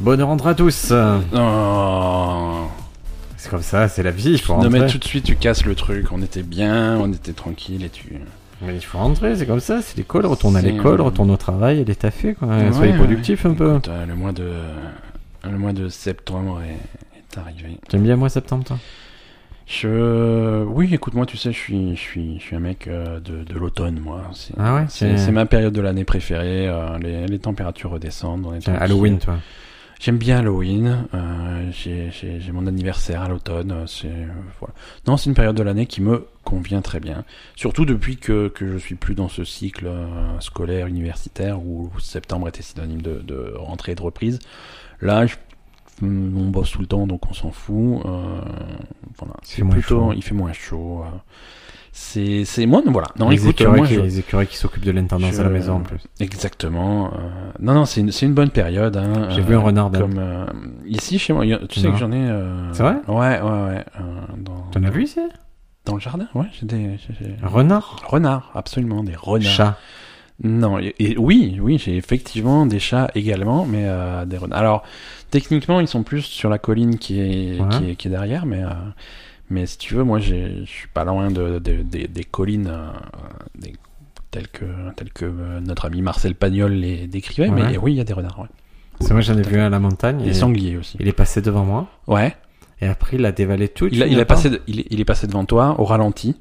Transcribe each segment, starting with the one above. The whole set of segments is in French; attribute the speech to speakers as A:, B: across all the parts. A: Bonne rentrée à tous.
B: Oh.
A: C'est comme ça, c'est la vie, il faut
B: Non,
A: rentrer.
B: mais tout de suite, tu casses le truc. On était bien, on était tranquille et tu.
A: Mais il faut rentrer, c'est comme ça, c'est l'école, retourne à
B: C'est-
A: l'école, retourne au travail, elle est taffée, quoi. Soyez
B: Ouais,
A: productif un peu.
B: Écoute, euh, le mois de. Le mois de septembre est, est arrivé.
A: T'aimes bien moi septembre, toi
B: Je. Oui, écoute-moi, tu sais, je suis, je suis, je suis un mec euh, de, de l'automne, moi. C'est,
A: Ah ouais,
B: c'est,
A: t'es-
B: c'est ma période de l'année préférée. euh, les, les températures redescendent. on est
A: Tiens,
B: tranquille.
A: Halloween, toi.
B: J'aime bien Halloween. euh, j'ai, j'ai- j'ai mon anniversaire à l'automne. euh, C'est euh, voilà. Non, c'est une période de l'année qui me convient très bien. Surtout depuis que, que je suis plus dans ce cycle euh, scolaire universitaire où septembre était synonyme de, de rentrée et de reprise. Là, je- mm, on bosse tout le temps, donc on s'en fout. euh, voilà.
A: Il fait
B: C'est
A: moins
B: plutôt,
A: chaud.
B: il fait moins chaud. euh, c'est, c'est moi, non, voilà. Non,
A: les,
B: écoute,
A: écureuils
B: moi,
A: qui,
B: je-
A: les écureuils qui s'occupent de l'intendance
B: je-
A: à la maison, en plus.
B: Exactement. euh, non, non, c'est une, c'est une bonne période. hein,
A: J'ai
B: euh,
A: vu un renard d'un-
B: Comme, euh, ici, chez moi, il y a- tu sais
A: Ah, bah Non.
B: que j'en ai. euh,
A: C'est vrai
B: Ouais, ouais, ouais. euh, dans,
A: T'en as vu Ah. ici
B: dans le jardin, ouais, j'ai des. j'ai- j'ai-
A: Un renard
B: Renards, absolument, des renards.
A: Chat.
B: Non, et, et oui, oui, j'ai effectivement des chats également, mais euh, des renards. Alors, techniquement, ils sont plus sur la colline qui est,
A: Ouais.
B: qui est, qui est derrière, mais, euh, mais si tu veux, moi, j'ai- je suis pas loin de, de- des- des collines euh, des- telles que, telles que euh, notre ami Marcel Pagnol les décrivait,
A: Ouais.
B: mais oui, il y a des renards, ouais.
A: C'est moi, j'en ai vu un à la montagne.
B: Des
A: et
B: sangliers aussi.
A: Il est passé devant moi,
B: Ouais.
A: et après, il a dévalé tout.
B: Il, a- il, a passé de- il, est- il est passé devant toi, au ralenti,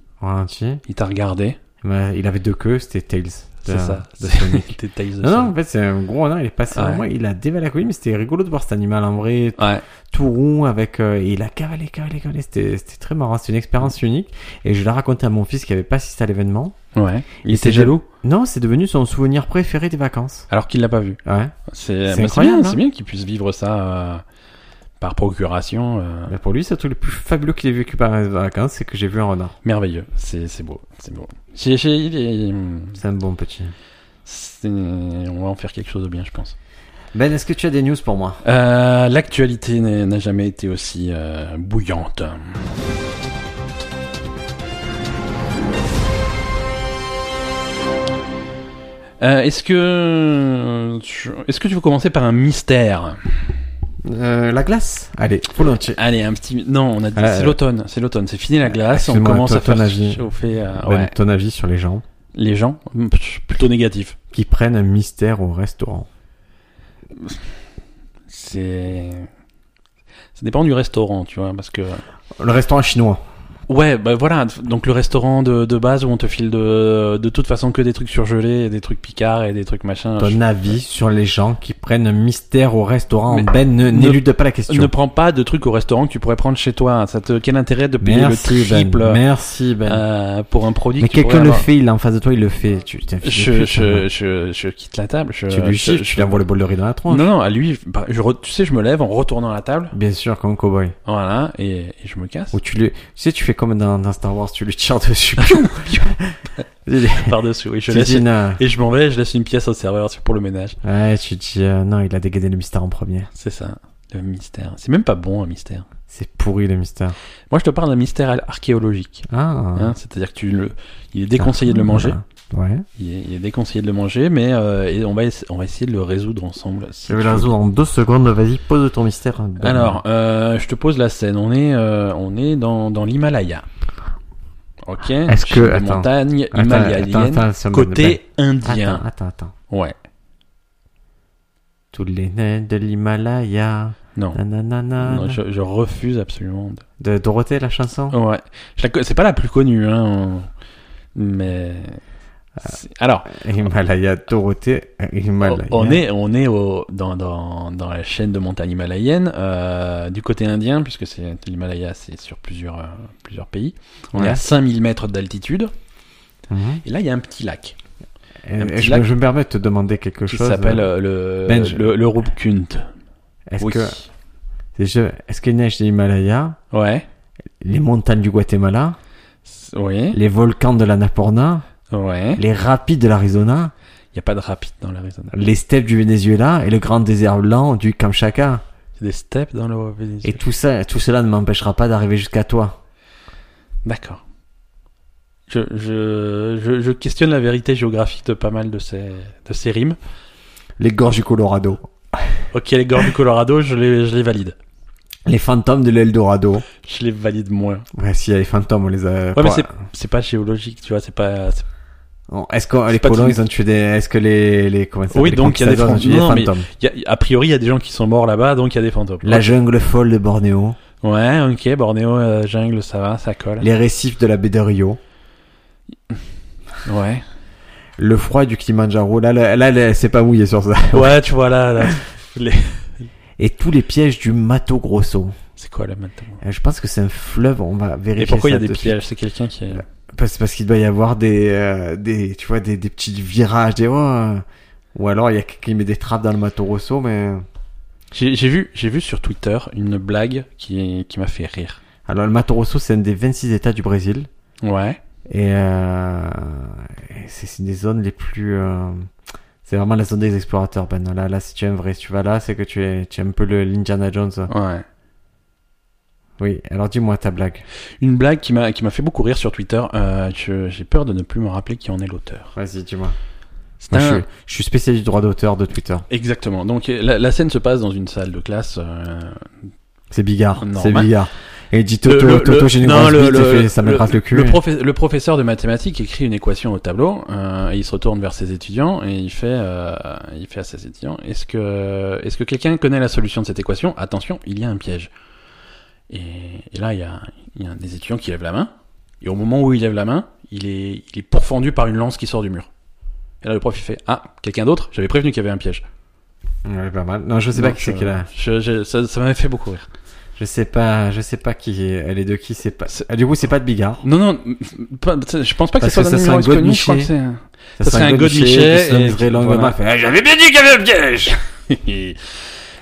B: il t'a regardé.
A: Il avait deux queues, c'était Tails. de-
B: C'est ça.
A: Ah, de Sonic.
B: T'es taillé de
A: Non,
B: ça.
A: non, en fait, c'est un gros renard, il est passé devant
B: Ouais.
A: moi, il a dévalé la colline, mais c'était rigolo de voir cet animal en vrai,
B: Ouais.
A: tout rond, avec, euh, et il a cavalé, cavalé, cavalé, c'était c'était très marrant, c'était une expérience unique, et je l'ai raconté à mon fils qui avait pas assisté à l'événement.
B: Ouais. Il
A: Et
B: était
A: c'est-
B: jaloux,
A: Non, c'est devenu son souvenir préféré des vacances.
B: alors qu'il l'a pas vu.
A: Ouais.
B: C'est
A: C'est
B: bah, c'est
A: incroyable,
B: bien,
A: hein.
B: c'est bien qu'ils puissent vivre ça euh, par procuration. euh,
A: Bah, pour lui, c'est le truc le plus fabuleux qu'il ait vécu par les vacances, c'est que j'ai vu un renard.
B: merveilleux, c'est c'est beau, c'est beau. Chez- chez- il est-
A: C'est un bon petit.
B: c'est- on va en faire quelque chose de bien, je pense.
A: Ben, est-ce que tu as des news pour moi?
B: Euh, L'actualité n'est- n'a jamais été aussi euh, bouillante. Euh, Est-ce que euh, est-ce que tu veux commencer par un mystère
A: Euh, la glace? Allez, faut l'entier.
B: Allez, un petit. Non, on a dit.
A: Ah,
B: c'est
A: euh,
B: l'automne. C'est l'automne. C'est fini la glace. On
A: excuse-moi,
B: commence
A: toi,
B: à faire
A: ton avis.
B: chauffer. euh,
A: Ben,
B: ouais.
A: ton avis sur les gens
B: Les gens, mm, pff, plutôt négatif.
A: qui prennent un mystère au restaurant?
B: C'est. Ça dépend du restaurant, tu vois, parce que.
A: Le restaurant chinois.
B: Ouais, bah voilà. Donc le restaurant de, de base où on te file de, de toute façon que des trucs surgelés, et des trucs picards et des trucs machin.
A: Ton avis sur les gens qui prennent un mystère au restaurant
B: Mais
A: Ben, ne-
B: ne-
A: n'élude pas la
B: Je- Ne
A: question.
B: prends pas de trucs au restaurant que tu pourrais prendre chez toi. Ça te quel intérêt de payer le
A: Merci
B: triple
A: Ben. Merci Ben.
B: euh, pour un produit
A: Mais
B: que tu
A: quelqu'un
B: pourrais
A: le
B: avoir.
A: fait, il est en face de toi, il le fait. Tu, t'as fait
B: Je,
A: des
B: je,
A: puces,
B: je, je quitte la table. Je,
A: hein. tu lui
B: je-
A: chiffres,
B: je-
A: tu lui envoies le bol de riz dans la tronche.
B: Non, non, à lui, bah, je re- tu sais, je me lève en retournant la table,
A: Bien sûr, comme cowboy.
B: voilà, et, et je me casse
A: Ou tu le, tu sais, tu fais comme dans, dans Star Wars, tu le tires dessus.
B: par-dessus. Oui, je
A: tu
B: laisse,
A: dis, non.
B: et je m'en vais, je laisse une pièce au serveur c'est pour le ménage.
A: Ouais, tu dis, euh, non, il a dégainé le mystère en premier.
B: C'est ça, le mystère. C'est même pas bon, un mystère.
A: C'est pourri le mystère.
B: Moi, je te parle d'un mystère al- archéologique.
A: Ah.
B: hein, C'est-à-dire que tu le, il est déconseillé de le manger.
A: Ouais.
B: Il est, il est déconseillé de le manger, mais euh, et on, va essa- on va essayer de le résoudre ensemble. si
A: Je vais
B: tu
A: la
B: veux.
A: résoudre en deux secondes. Vas-y, pose ton mystère. Ben.
B: Alors, euh, je te pose la scène. On est, euh, on est dans, dans l'Himalaya. Ok.
A: Est-ce que-
B: Des
A: attends.
B: montagnes
A: Attends,
B: himalayenne,
A: attends, attends, Simon,
B: côté
A: Ben.
B: indien.
A: Attends, attends, attends.
B: Ouais.
A: Tous les nez de l'Himalaya.
B: Non.
A: Nanana.
B: Non, je, Oh. je refuse absolument. de-
A: De Dorothée, la chanson
B: Ouais. Je la co- C'est pas la plus connue, hein. on- Mais.
A: Euh.
B: c'est- Alors,
A: Himalaya, Dorothée, euh, Himalaya.
B: Oh, on est, on est au, dans, dans, dans la chaîne de montagnes himalayennes, euh, du côté indien, puisque c'est l'Himalaya, c'est sur plusieurs, euh, plusieurs pays. On est
A: Ouais.
B: à 5000 mètres d'altitude,
A: Mhm.
B: et là, il y a un petit lac
A: Et-
B: un
A: et
B: petit
A: je,
B: lac
A: me- je me permets de te demander quelque
B: qui
A: chose.
B: s'appelle euh, le,
A: Benj.
B: le, le Rubkunt.
A: Est-ce
B: Oui.
A: que, est est-ce qu'il neige de l'Himalaya
B: Ouais.
A: les montagnes du Guatemala,
B: Hein C'est- Oui.
A: les volcans de l'Annapurna,
B: Hein Ouais. Il
A: les rapides de l'Arizona,
B: n'y a pas de rapide dans l'Arizona.
A: les steppes du Venezuela et le grand désert blanc du Kamchatka.
B: Il y a des steppes dans le Venezuela.
A: Et tout ça, tout cela ne m'empêchera pas d'arriver jusqu'à toi.
B: D'accord. Je, je, je, je questionne la vérité géographique de pas mal de ces, de ces rimes.
A: Les gorges du Colorado.
B: Ok, les gorges du Colorado, je les, je les valide.
A: Les fantômes de l'Eldorado.
B: Je les valide moins.
A: Ouais, s'il y a les fantômes, on les a.
B: Ouais, mais
A: Pour-
B: c'est- c'est pas géologique, tu vois, c'est pas. c'est-
A: Bon, Est-ce que les
B: pas
A: colons,
B: tout.
A: ils ont tué des. Est-ce que les. les comment ça s'appelle,
B: Oui,
A: les
B: donc il y a des
A: conquistadors ont tué
B: fantômes. Non, mais-
A: fantômes
B: y a- a priori, il y a des gens qui sont morts là-bas, donc il y a des fantômes.
A: La jungle folle de Bornéo.
B: Ouais, ok, Bornéo, euh, jungle, ça va, ça colle.
A: Les récifs de la baie de Rio.
B: Ouais.
A: Le froid du Kilimanjaro. Là, là, là, là, c'est pas mouillé sur ça.
B: Ouais, tu vois, là, là,
A: Et tous les pièges du Mato Grosso.
B: c'est quoi là maintenant
A: Euh, Je pense que c'est un fleuve, on va vérifier.
B: Et pourquoi il y a
A: ça
B: des
A: de suite.
B: pièges C'est quelqu'un qui est.
A: Parce, parce qu'il doit y avoir des, euh, des tu vois, des, des petits virages, des, oh, euh, ou alors il y a quelqu'un qui met des trappes dans le Mato Grosso, mais euh.
B: J'ai j'ai vu, j'ai vu sur Twitter une blague qui, qui m'a fait rire.
A: alors le Mato Grosso c'est un des 26 États du Brésil
B: Ouais.
A: et, euh, et c'est c'est une des zones les plus, euh, c'est vraiment la zone des explorateurs. Ben là, là si tu es un vrai, si tu vas là, c'est que tu es, tu es un peu le l'Indiana Jones.
B: Ouais.
A: Oui, alors dis-moi ta blague.
B: Une blague qui m'a qui m'a fait beaucoup rire sur Twitter. Euh, je- J'ai peur de ne plus me rappeler qui en est l'auteur.
A: Vas-y, dis-moi.
B: C'est
A: Moi,
B: un-
A: je, suis- je suis spécialiste du droit d'auteur de Twitter.
B: Exactement. Donc la, la scène se passe dans une salle de classe. euh,
A: C'est Bigard,
B: Normal.
A: c'est Bigard. Et il dit
B: Le-
A: Toto,
B: le-
A: Toto,
B: le-
A: j'ai une
B: non,
A: grosse
B: le-
A: bite, il
B: le-
A: fait- ça me
B: le-
A: gratte le cul.
B: Le, profe- le professeur de mathématiques écrit une équation au tableau euh, et il se retourne vers ses étudiants et il fait, euh, il fait à ses étudiants Est-ce que, est que quelqu'un connaît la solution de cette équation Attention, il y a un piège. Et, et là, il y, a, il y a un des étudiants qui lève la main et au moment où il lève la main, il est, il est pourfendu par une lance qui sort du mur. Et là, le prof, il fait Ah, quelqu'un d'autre J'avais prévenu qu'il y avait un piège.
A: Ouais, pas mal. Non, je sais pas
B: Donc,
A: qui c'est
B: euh,
A: qui l'a.
B: je- je- Ça, ça m'avait fait beaucoup rire.
A: Je sais pas, je sais pas qui est- elle est de qui, c'est pas.
B: C'est-
A: Ah, Du coup, c'est pas de Bigard.
B: Non, non, pas- je pense pas que
A: Parce
B: ça
A: que ça serait
B: soit d'un numéro
A: un
B: inconnu,
A: Godmichet.
B: je crois que c'est un-
A: Ça,
B: serait un Godmichet
A: Godmichet.
B: et-
A: une vraie langue
B: voilà.
A: de maf. Eh, J'avais bien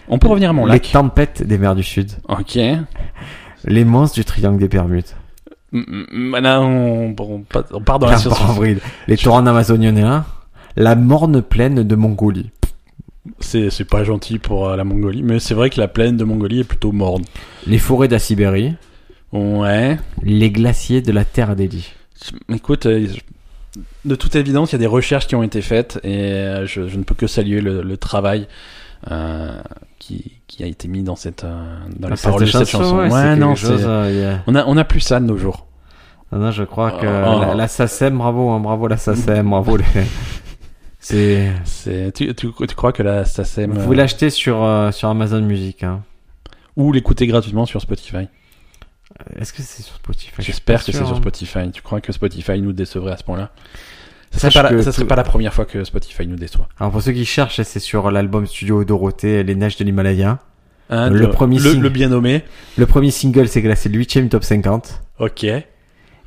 B: On peut revenir à mon
A: Les
B: lac.
A: tempêtes des mers du Sud.
B: Ok. M-
A: Les monstres du triangle des Bermudes.
B: m- Là, on, bon, on part- on part dans la
A: La
B: science.
A: Brambrid. Les torrents amazoniens. La morne plaine de Mongolie.
B: C'est c'est pas gentil pour euh, la Mongolie, mais c'est vrai que la plaine de Mongolie est plutôt morne.
A: Les forêts de la Sibérie.
B: Ouais.
A: Les glaciers de la Terre d'Eli.
B: Je- Écoute, euh, je- de toute évidence, il y a des recherches qui ont été faites et euh, je, je ne peux que saluer le, le travail euh, qui, qui a été mis dans cette euh, dans les paroles de cette chanson.
A: ouais, c'est
B: non,
A: quelque chose,
B: c'est-
A: euh, il y a-
B: on a on a plus ça de nos jours.
A: Non, non, je crois que
B: Oh.
A: la, la SACEM, bravo, hein, bravo la SACEM, bravo les... C'est...
B: C'est- euh, Tu, tu, tu crois que la SACEM
A: Vous pouvez l'acheter sur, euh, sur Amazon Music. Hein.
B: ou l'écouter gratuitement sur Spotify
A: Est-ce que c'est sur Spotify
B: J'espère que
A: Je suis
B: c'est
A: pas
B: sur
A: sûr, hein.
B: Spotify. Tu crois que Spotify nous décevrait à ce point-là Ça
A: Sache
B: serait, pas
A: que
B: la, ça serait
A: tout-
B: pas la première fois que Spotify nous déçoit.
A: Alors pour ceux qui cherchent, c'est sur l'album studio Dorothée, Les Neiges de l'Himalaya.
B: Hein,
A: Le premier
B: le,
A: signe.
B: le bien nommé.
A: Le premier single s'est classé 8 du top 50.
B: Ok.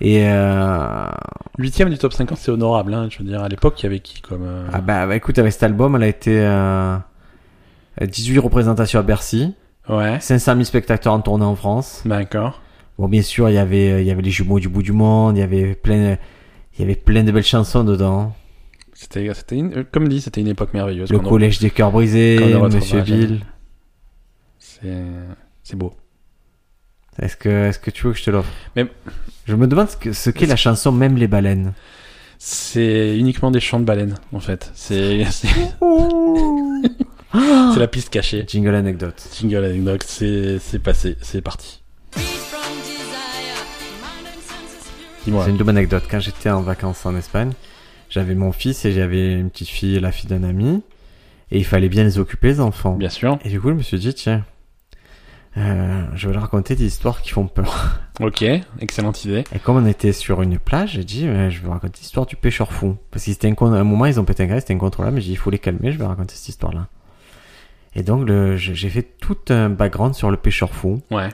A: Et euh...
B: Huitième du top 50, c'est honorable. hein. Je veux dire, à l'époque, il y avait qui comme euh,
A: ah bah, bah, écoute, avec cet album, elle a été euh... 18 représentations à Bercy,
B: Ouais.
A: 500 000 spectateurs en tournée en France.
B: D'accord.
A: Bon, bien sûr, il y avait, il y avait les jumeaux du bout du monde, il y avait plein, il y avait plein de belles chansons dedans.
B: C'était, c'était une- euh, comme dit, c'était une époque merveilleuse.
A: Le
B: qu'on en-
A: collège des cœurs brisés,
B: qu'on ne retrouvera
A: Monsieur
B: jamais.
A: Bill.
B: C'est, c'est beau.
A: Est-ce que, est-ce que tu veux que je te l'offre
B: Mais-
A: Je me demande ce que- ce qu'est la chanson Même les baleines.
B: C'est uniquement des chants de baleines, en fait. C'est, c'est, c'est la piste cachée.
A: Jingle anecdote.
B: Single anecdote, c'est, c'est passé, c'est parti. Dis-moi.
A: C'est une double anecdote. Quand j'étais en vacances en Espagne, j'avais mon fils et j'avais une petite fille et la fille d'un ami. Et il fallait bien les occuper, les enfants.
B: Bien sûr.
A: Et du coup, je me suis dit, tiens, euh, je vais leur raconter des histoires qui font peur.
B: Ok, excellente idée.
A: Et comme on était sur une plage, j'ai dit, euh, je vais raconter l'histoire du pêcheur fou. Parce qu'ils étaient inco- à un moment, ils ont pété un gars, c'était incontrôlable, mais j'ai dit, il faut les calmer, je vais raconter cette histoire-là. Et donc, le- j'ai j'ai fait tout un background sur le pêcheur fou,
B: Ouais.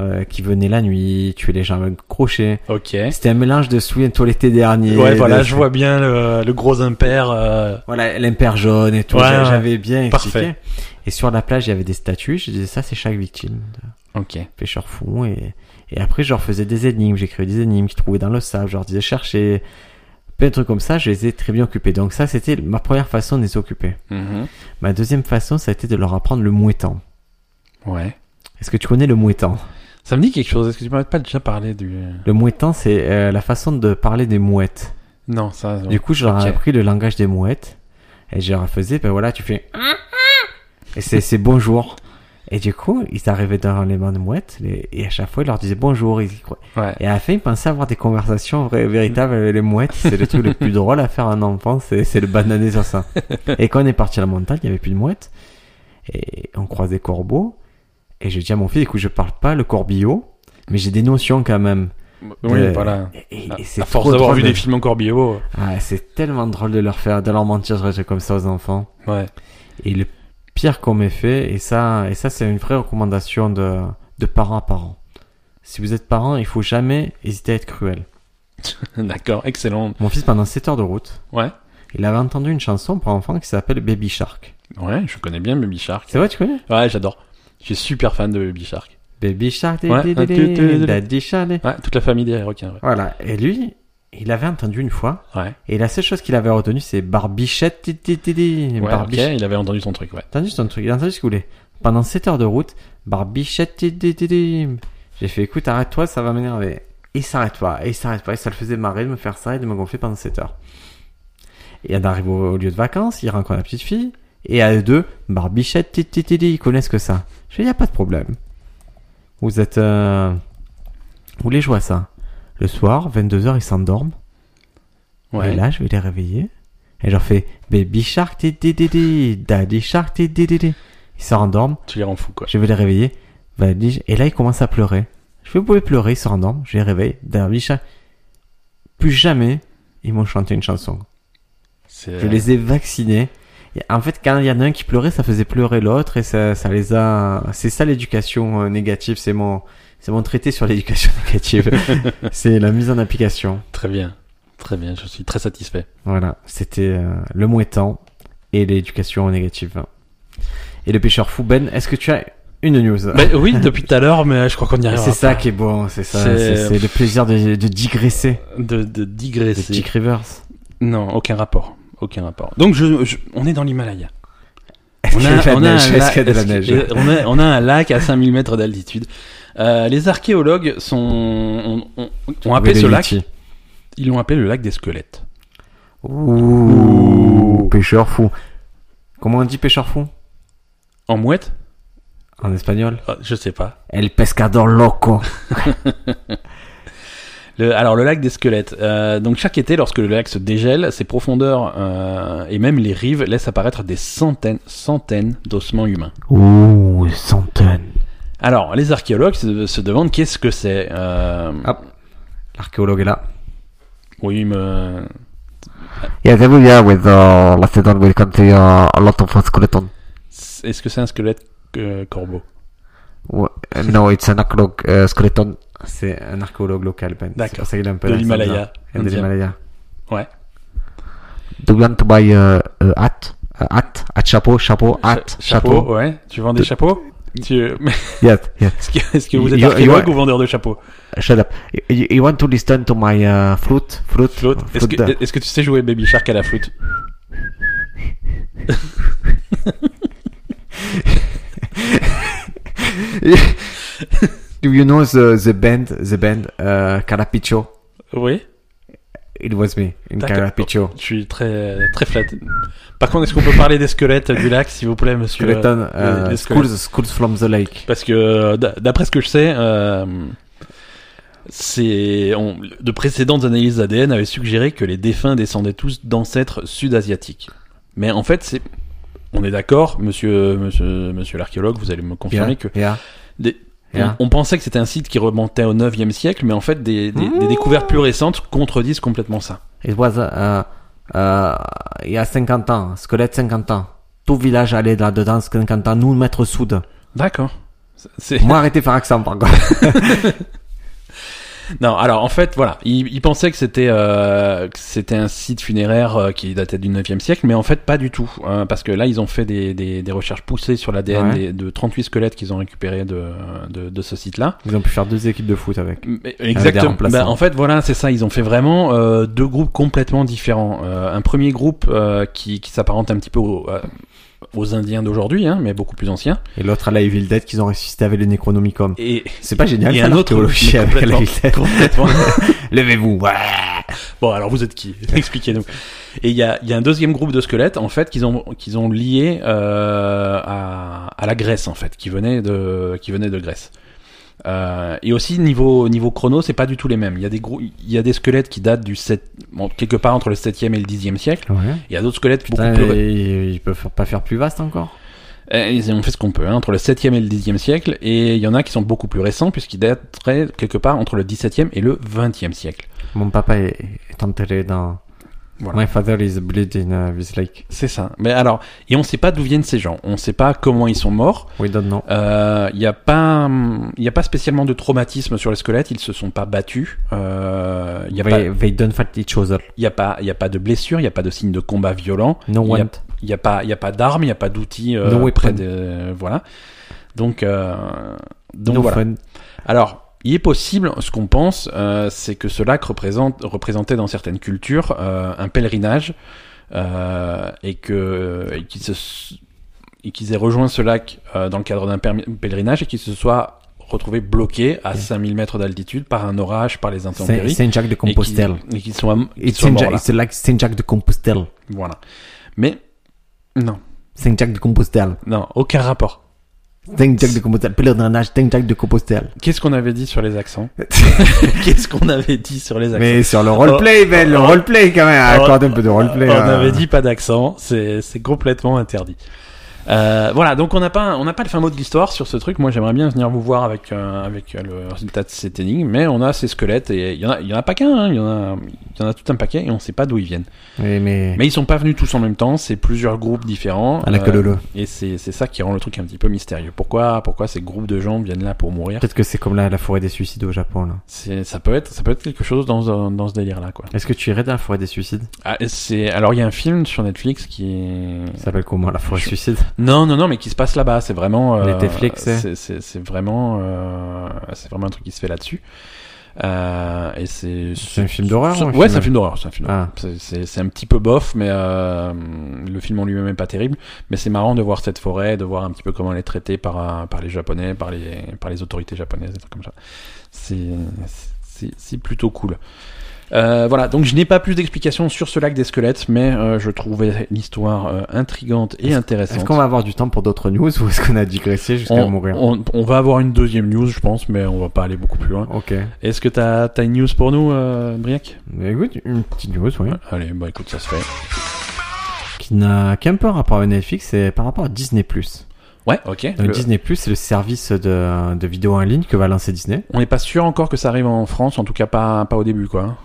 A: euh, qui venait la nuit, tuer les gens avec le crochet.
B: Ok.
A: C'était un mélange de souviens-toi l'été dernier.
B: ouais,
A: de-
B: voilà, je vois bien le, le gros impair. euh,
A: Voilà, l'impair jaune et tout,
B: Ouais,
A: j'a-
B: ouais.
A: j'avais bien expliqué.
B: Parfait.
A: Et sur la plage, il y avait des statues, je disais, ça, c'est chaque victime.
B: Ok.
A: pêcheurs fous et, et après je leur faisais des énigmes, j'écrivais des énigmes qu'ils trouvaient dans le sable, je leur disais chercher plein de trucs comme ça, je les ai très bien occupés. Donc ça c'était ma première façon de les occuper.
B: Mhm.
A: Ma deuxième façon ça a été de leur apprendre le mouettant.
B: Ouais.
A: Est-ce que tu connais le mouettant
B: Ça me dit quelque chose. Est-ce que tu m'avais pas déjà parlé du.
A: Le mouettant c'est euh, la façon de parler des mouettes.
B: Non, ça.
A: Du coup je leur ai
B: Ok.
A: appris le langage des mouettes et je leur faisais ben voilà tu fais Et c'est c'est bonjour. Et du coup, ils arrivaient dans les mains de mouettes les- et à chaque fois, ils leur disaient bonjour. Ils y croyaient.
B: Ouais.
A: Et à la fin, ils pensaient avoir des conversations vraies, véritables avec les mouettes. C'est le truc le plus drôle à faire à un enfant, c'est c'est le bananer sur ça. Et quand on est parti à la montagne, il n'y avait plus de mouettes. Et on croise des corbeaux. Et je dis à mon fils, écoute, je parle pas le corbillot, mais j'ai des notions quand même.
B: Oui,
A: Euh,
B: voilà.
A: Et, et
B: À-
A: c'est
B: à force
A: trop
B: d'avoir
A: drôle
B: vu
A: de-
B: des films en Corbiot.
A: Ah, c'est tellement drôle de leur faire, de leur mentir sur des trucs comme ça aux enfants.
B: Ouais.
A: Et le pire qu'on m'ait fait, et ça, et ça c'est une vraie recommandation de, de parent à parent. Si vous êtes parent, il faut jamais hésiter à être cruel.
B: D'accord, excellent.
A: Mon fils, pendant 7 heures de route,
B: Ouais.
A: il avait entendu une chanson pour enfants qui s'appelle Baby Shark.
B: Ouais, je connais bien Baby Shark.
A: C'est vrai, tu connais
B: Ouais, j'adore. Je suis super fan de Baby Shark.
A: Baby Shark, di-
B: Ouais,
A: di-
B: un
A: di-
B: tu- tu-
A: di-
B: tu-
A: daddy shark, di-
B: Ouais, toute la famille des requins. Ouais.
A: Voilà, et lui, il avait entendu une fois,
B: Ouais,
A: et la seule chose qu'il avait retenue, c'est Barbichette. di- di- di- di-
B: ouais, ok,
A: Barbichette.
B: il avait entendu son truc, ouais.
A: entendu son truc, il a entendu ce qu'il voulait. Pendant 7 heures de route, barbichette, ti, ti, ti, ti. j'ai fait écoute, arrête-toi, ça va m'énerver. Il s'arrête pas, et il s'arrête pas, et ça le faisait marrer de me faire ça et de me gonfler pendant 7 heures. Et on arrive au, au lieu de vacances, il rencontre la petite fille, et à eux deux, barbichette, ti, ti, ti, ti, ils connaissent que ça. Je lui dis, y a pas de problème. Vous êtes. euh, Vous voulez jouer à ça Le soir, 22h, ils s'endorment.
B: Ouais.
A: Et là, je vais les réveiller. Et je leur fais Baby Shark, ti, ti, ti, ti, Daddy Shark, ti, ti, ti, ti. Ils se rendorment.
B: Tu les rends fous, quoi.
A: Je vais les réveiller. Daddy- Et là, ils commencent à pleurer. Je fais, vous pouvez pleurer, ils se rendorment. Je les réveille. Daddy Shark. Plus jamais, ils m'ont chanté une chanson.
B: C'est-
A: Je les ai vaccinés. Et en fait, quand il y en a un qui pleurait, ça faisait pleurer l'autre et ça, ça les a. C'est ça l'éducation euh, négative. C'est mon, c'est mon traité sur l'éducation négative. c'est la mise en application.
B: Très bien. Très bien, je suis très satisfait.
A: Voilà, c'était euh, le mouettant et l'éducation négative. Et le pêcheur fou, Ben, est-ce que tu as une news
B: Bah, oui, depuis tout à l'heure, mais je crois qu'on y arrive.
A: C'est ça qui est bon, c'est ça,
B: C'est-
A: c'est c'est le plaisir de, de digresser.
B: De, de
A: De
B: digresser.
A: Dick Rivers.
B: Non, aucun rapport. Aucun rapport. Donc, je, je- on est dans l'Himalaya.
A: Est-ce
B: On
A: qu'il
B: a,
A: y a de la
B: on a
A: neige
B: un
A: Est-ce
B: lac-
A: qu'il y a de la
B: est-ce
A: neige
B: qu'il- euh, on a- on a un lac à 5000 mètres d'altitude. Euh, les archéologues sont, ont, ont- ont appelé
A: Oui,
B: ce
A: le
B: lac,
A: Yeti.
B: ils l'ont appelé le lac des squelettes.
A: Ouh, pêcheur fou. Comment on dit pêcheur fou
B: En mouette
A: en espagnol
B: Ah, Je sais pas.
A: El pescador loco.
B: Le- alors le lac des squelettes. Euh, donc chaque été, lorsque le lac se dégèle, ses profondeurs euh, et même les rives laissent apparaître des centaines, centaines d'ossements humains.
A: Ouh, centaines.
B: Alors les archéologues se, se demandent qu'est-ce que c'est. Euh,
A: Hop, l'archéologue est là.
B: Oui, me...
C: Yeah, they will, yeah, with uh, Macedon will contain uh, a lot of uh, skeleton.
B: est-ce que c'est un squelette euh, corbeau
C: W- uh, no, it's an archeolog uh, skeleton.
A: C'est un archéologue local, Ben. C'est
B: D'accord.
A: pour ça qu'il est un peu
B: de
A: l'accent
B: l'Himalaya
A: bizarre. De
B: indien.
A: l'Himalaya.
B: Ouais.
C: Do you want to buy uh, a hat?
A: Uh,
C: A hat? A chapeau? Ah, Chapeau? Hat?
B: Cha- chapeau, uh, ouais. Tu vends des chapeaux Tu- Mais
C: Yes, yes.
B: Est-ce que, est-ce que vous êtes
C: You- you
B: archéologue
C: are-
B: ou vendeur de chapeaux
C: Shut up. You- You, you want to listen to my uh, flute? Flute?
B: Flûte. Est-ce
C: flute, uh,
B: que, est-ce que tu sais jouer Baby Shark à la flûte
A: Do you know the, the band, the band uh, Carapicho?
B: Oui.
A: It was me in
B: D'accord.
A: Carapicho.
B: Je suis très, très flatté. Par contre, est-ce qu'on peut parler des squelettes du lac, s'il vous plaît, monsieur
A: Skeleton,
B: les-
A: uh,
B: les
A: schools, schools from the lake.
B: Parce que euh, d'a- d'après ce que je sais, euh, c'est on- de précédentes analyses ADN avaient suggéré que les défunts descendaient tous d'ancêtres sud-asiatiques. Mais en fait, c'est on est d'accord, monsieur, monsieur, monsieur l'archéologue, vous allez me confirmer que
A: Yeah.
B: des-
A: Yeah.
B: on, on pensait que c'était un site qui remontait au 9e siècle, mais en fait, des, des- des découvertes plus récentes contredisent complètement ça.
A: It was, uh, uh, il y a 50 ans, squelette 50 ans. Tout village allait là-dedans, 50 ans, nous mettre soude.
B: D'accord. C'est...
A: Moi, arrêtez de faire accent, par contre.
B: Non, alors en fait, voilà, il, il pensait que c'était euh, que c'était un site funéraire euh, qui datait du 9e siècle, mais en fait pas du tout, hein, parce que là ils ont fait des, des, des recherches poussées sur l'ADN
A: Ouais.
B: des- de 38 squelettes qu'ils ont récupérés de, de, de ce site-là.
A: Ils ont pu faire deux équipes de foot avec.
B: Mais-
A: des
B: Exactement.
A: remplaçants.
B: Bah, en fait, voilà, c'est ça. Ils ont fait vraiment euh, deux groupes complètement différents. Euh, un premier groupe euh, qui, qui s'apparente un petit peu au- euh, aux Indiens d'aujourd'hui, hein, mais beaucoup plus anciens.
A: Et l'autre à la Evil Dead qu'ils ont ressuscité avec le Necronomicon.
B: Et,
A: C'est pas génial.
B: et
A: ça,
B: un autre
A: l'archéologie
B: mais
A: avec la
B: complètement-
A: Evil Dead.
B: complètement
A: Levez-vous. ouais.
B: Bon, alors vous êtes qui Expliquez-nous. Et il y a, il y a un deuxième groupe de squelettes, en fait, qu'ils ont, qu'ils ont lié euh, à, à la Grèce, en fait, qui venait de, qui venait de Grèce. Euh, et aussi niveau niveau chrono, c'est pas du tout les mêmes. Il y a des grou- il y a des squelettes qui datent du 7 bon, quelque part entre le 7e et le 10e siècle.
A: Ouais.
B: Il y a d'autres squelettes
A: Putain,
B: beaucoup plus
A: et ils, ils peuvent faire- pas faire plus vaste encore.
B: euh, ils ont fait ce qu'on peut, hein, entre le 7e et le 10e siècle, et il y en a qui sont beaucoup plus récents, puisqu'ils dateraient quelque part entre le 17e et le 20e siècle.
A: Mon papa est, est enterré dans.
B: Voilà.
A: My father is buried in uh, this lake.
B: C'est ça. Mais alors, et on ne sait pas d'où viennent ces gens, on ne sait pas comment ils sont morts,
A: We don't know.
B: Euh, il n'y a, pas, hum, il y a pas spécialement de traumatisme sur les squelettes, ils se sont pas battus, Euh, il n'y a, pas-
A: they, they don't fight each other.
B: il y a, pas- il y a pas de blessures, il n'y a pas de signes de combat violent,
A: No
B: Il y a-
A: one.
B: il n'y a pas, il y a pas d'armes, il n'y a pas d'outils euh,
A: No
B: près
A: weapon.
B: de... Voilà. Donc, euh, donc
A: no
B: voilà.
A: fun.
B: Alors, il est possible, ce qu'on pense, euh, c'est que ce lac représente, représentait dans certaines cultures euh, un pèlerinage euh, et que et qu'ils se- et qu'ils aient rejoint ce lac euh, dans le cadre d'un permi- pèlerinage et qu'ils se soient retrouvés bloqués à
A: Ok.
B: 5000 mètres d'altitude par un orage, par les
A: Saint,
B: intempéries.
A: Saint Jacques de
B: et qu'ils-
A: Compostelle.
B: Et qu'ils soient, qu'ils
A: It's,
B: soient
A: Saint
B: morts
A: Jacques,
B: là.
A: it's like Saint Jacques de Compostelle.
B: Voilà. Mais, non,
A: Saint Jacques de Compostelle.
B: non, aucun rapport.
A: Saint Jacques de Compostelle. Pèlerinage, Saint Jacques de Compostelle.
B: Qu'est-ce qu'on avait dit sur les accents Qu'est-ce qu'on avait dit sur les accents
A: Mais sur le roleplay, Ben, le roleplay quand même.
B: Oh,
A: Accorde un peu de roleplay.
B: On
A: hein.
B: avait dit pas d'accent, c'est c'est complètement interdit. Euh, voilà, donc on n'a pas on n'a pas le fin mot de l'histoire sur ce truc. Moi, j'aimerais bien venir vous voir avec euh, avec euh, le résultat de cette énigme, mais on a ces squelettes et il y en a il y en a pas qu'un, hein, il y en a il y en a tout un paquet et on sait pas d'où ils viennent.
A: Oui, mais.
B: Mais ils sont pas venus tous en même temps, c'est plusieurs groupes différents.
A: À la
B: euh,
A: queue leu leu.
B: et c'est c'est ça qui rend le truc un petit peu mystérieux. Pourquoi pourquoi ces groupes de gens viennent là pour mourir
A: Peut-être que c'est comme la, la forêt des suicides au Japon, là.
B: C'est ça peut être ça peut être quelque chose dans ce- dans ce délire là quoi.
A: Est-ce que tu irais dans la forêt des suicides
B: Ah, c'est alors il y a un film sur Netflix qui est
A: Ça s'appelle comment, la forêt des
B: Je-
A: suicides
B: Non, non, non, mais qui se passe là-bas, c'est vraiment. euh,
A: Les Netflix, c'est-
B: c'est- c'est c'est vraiment, euh, c'est vraiment un truc qui se fait là-dessus. Euh, et c'est.
A: C'est un film d'horreur
B: c'est-
A: ou un film-
B: Ouais, c'est un film d'horreur. C'est un film. d'horreur.
A: Ah.
B: C'est- C'est c'est un petit peu bof, mais euh, le film en lui-même est pas terrible. Mais c'est marrant de voir cette forêt, de voir un petit peu comment elle est traitée par euh, par les Japonais, par les par les autorités japonaises, des trucs comme ça. C'est c'est- c'est plutôt cool. Euh, voilà, donc je n'ai pas plus d'explications sur ce lac des squelettes, mais euh, je trouvais l'histoire euh, intrigante et intéressante.
A: Est-ce qu'on va avoir du temps pour d'autres news ou est-ce qu'on a digressé jusqu'à
B: On,
A: mourir
B: on- on va avoir une deuxième news, je pense, mais on va pas aller beaucoup plus loin.
A: Ok.
B: Est-ce que t'as as une news pour nous, euh, Briac
A: Mais écoute, une petite news, oui.
B: Allez, bah écoute, ça se fait.
A: Qui n'a qu'un peu rapport à Netflix, c'est par rapport à Disney+.
B: Ouais, Euh, ok.
A: Donc,
B: Le-
A: Disney+, c'est le service de, de vidéo en ligne que va lancer Disney.
B: On n'est pas sûr encore que ça arrive en France, en tout cas pas, pas au début, quoi.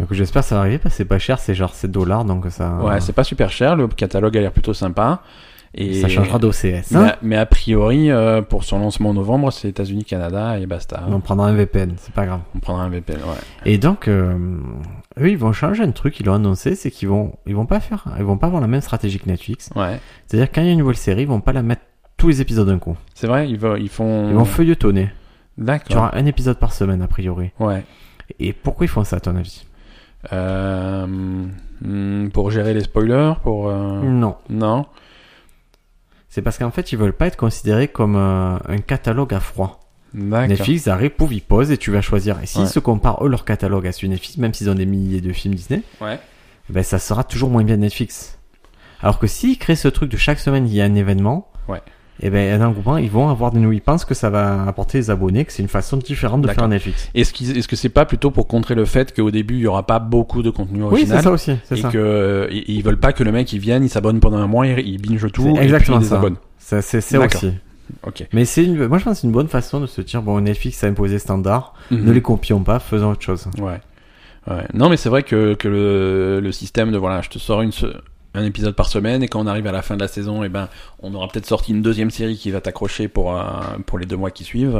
A: Donc j'espère que ça va arriver parce que c'est pas cher, c'est genre 7 dollars, donc ça...
B: Ouais, c'est pas super cher, le catalogue a l'air plutôt sympa. Et
A: Ça changera d'OCS.
B: mais,
A: Hein
B: a- mais a priori, euh, pour son lancement en novembre, c'est États-Unis, Canada et basta.
A: on prendra un VPN, c'est pas grave.
B: On prendra un VPN, ouais.
A: Et donc, euh, eux, ils vont changer un truc, ils l'ont annoncé, c'est qu'ils vont, ils vont pas faire, ils vont pas avoir la même stratégie que Netflix.
B: Ouais.
A: C'est-à-dire quand il y a une nouvelle série, ils vont pas la mettre tous les épisodes d'un coup.
B: C'est vrai, ils, vont- ils font.
A: Ils vont feuilletonner. Tu
B: D'accord.
A: auras un épisode par semaine, a priori.
B: Ouais.
A: Et pourquoi ils font ça, à ton avis
B: Euh, hmm, pour gérer les spoilers, pour. euh,
A: Non.
B: Non.
A: C'est parce qu'en fait, ils veulent pas être considérés comme euh, un catalogue à froid.
B: D'accord.
A: Netflix, arrive, pouf, ils posent et tu vas choisir. Et s'ils
B: Ouais.
A: se comparent, eux, leur catalogue à celui de Netflix, même s'ils ont des milliers de films Disney,
B: Ouais.
A: ben, ça sera toujours moins bien Netflix. Alors que s'ils créent ce truc de chaque semaine, il y a un événement,
B: Ouais.
A: et ben, un engouement, ils vont avoir des nouveaux. Ils pensent que ça va apporter les abonnés, que c'est une façon différente de
B: D'accord.
A: faire Netflix.
B: Est-ce, qu'ils- est-ce que c'est pas plutôt pour contrer le fait qu'au début il y aura pas beaucoup de contenu
A: Oui,
B: original
A: c'est ça aussi. C'est
B: et
A: ça.
B: que euh, et- et ils veulent pas que le mec il vienne, il s'abonne pendant un mois, il, il binge tout
A: C'est
B: et puis il
A: exactement ça.
B: désabonne.
A: Ça, C'est c'est
B: D'accord.
A: aussi.
B: Ok.
A: Mais c'est une, moi je pense que c'est une bonne façon de se dire bon Netflix a imposé standard,
B: Mhm.
A: ne les copions pas, faisons autre chose.
B: Ouais. Ouais. Non mais c'est vrai que, que le, le système de voilà, je te sors une se- un épisode par semaine et quand on arrive à la fin de la saison, et ben on aura peut-être sorti une deuxième série qui va t'accrocher pour euh, pour les deux mois qui suivent.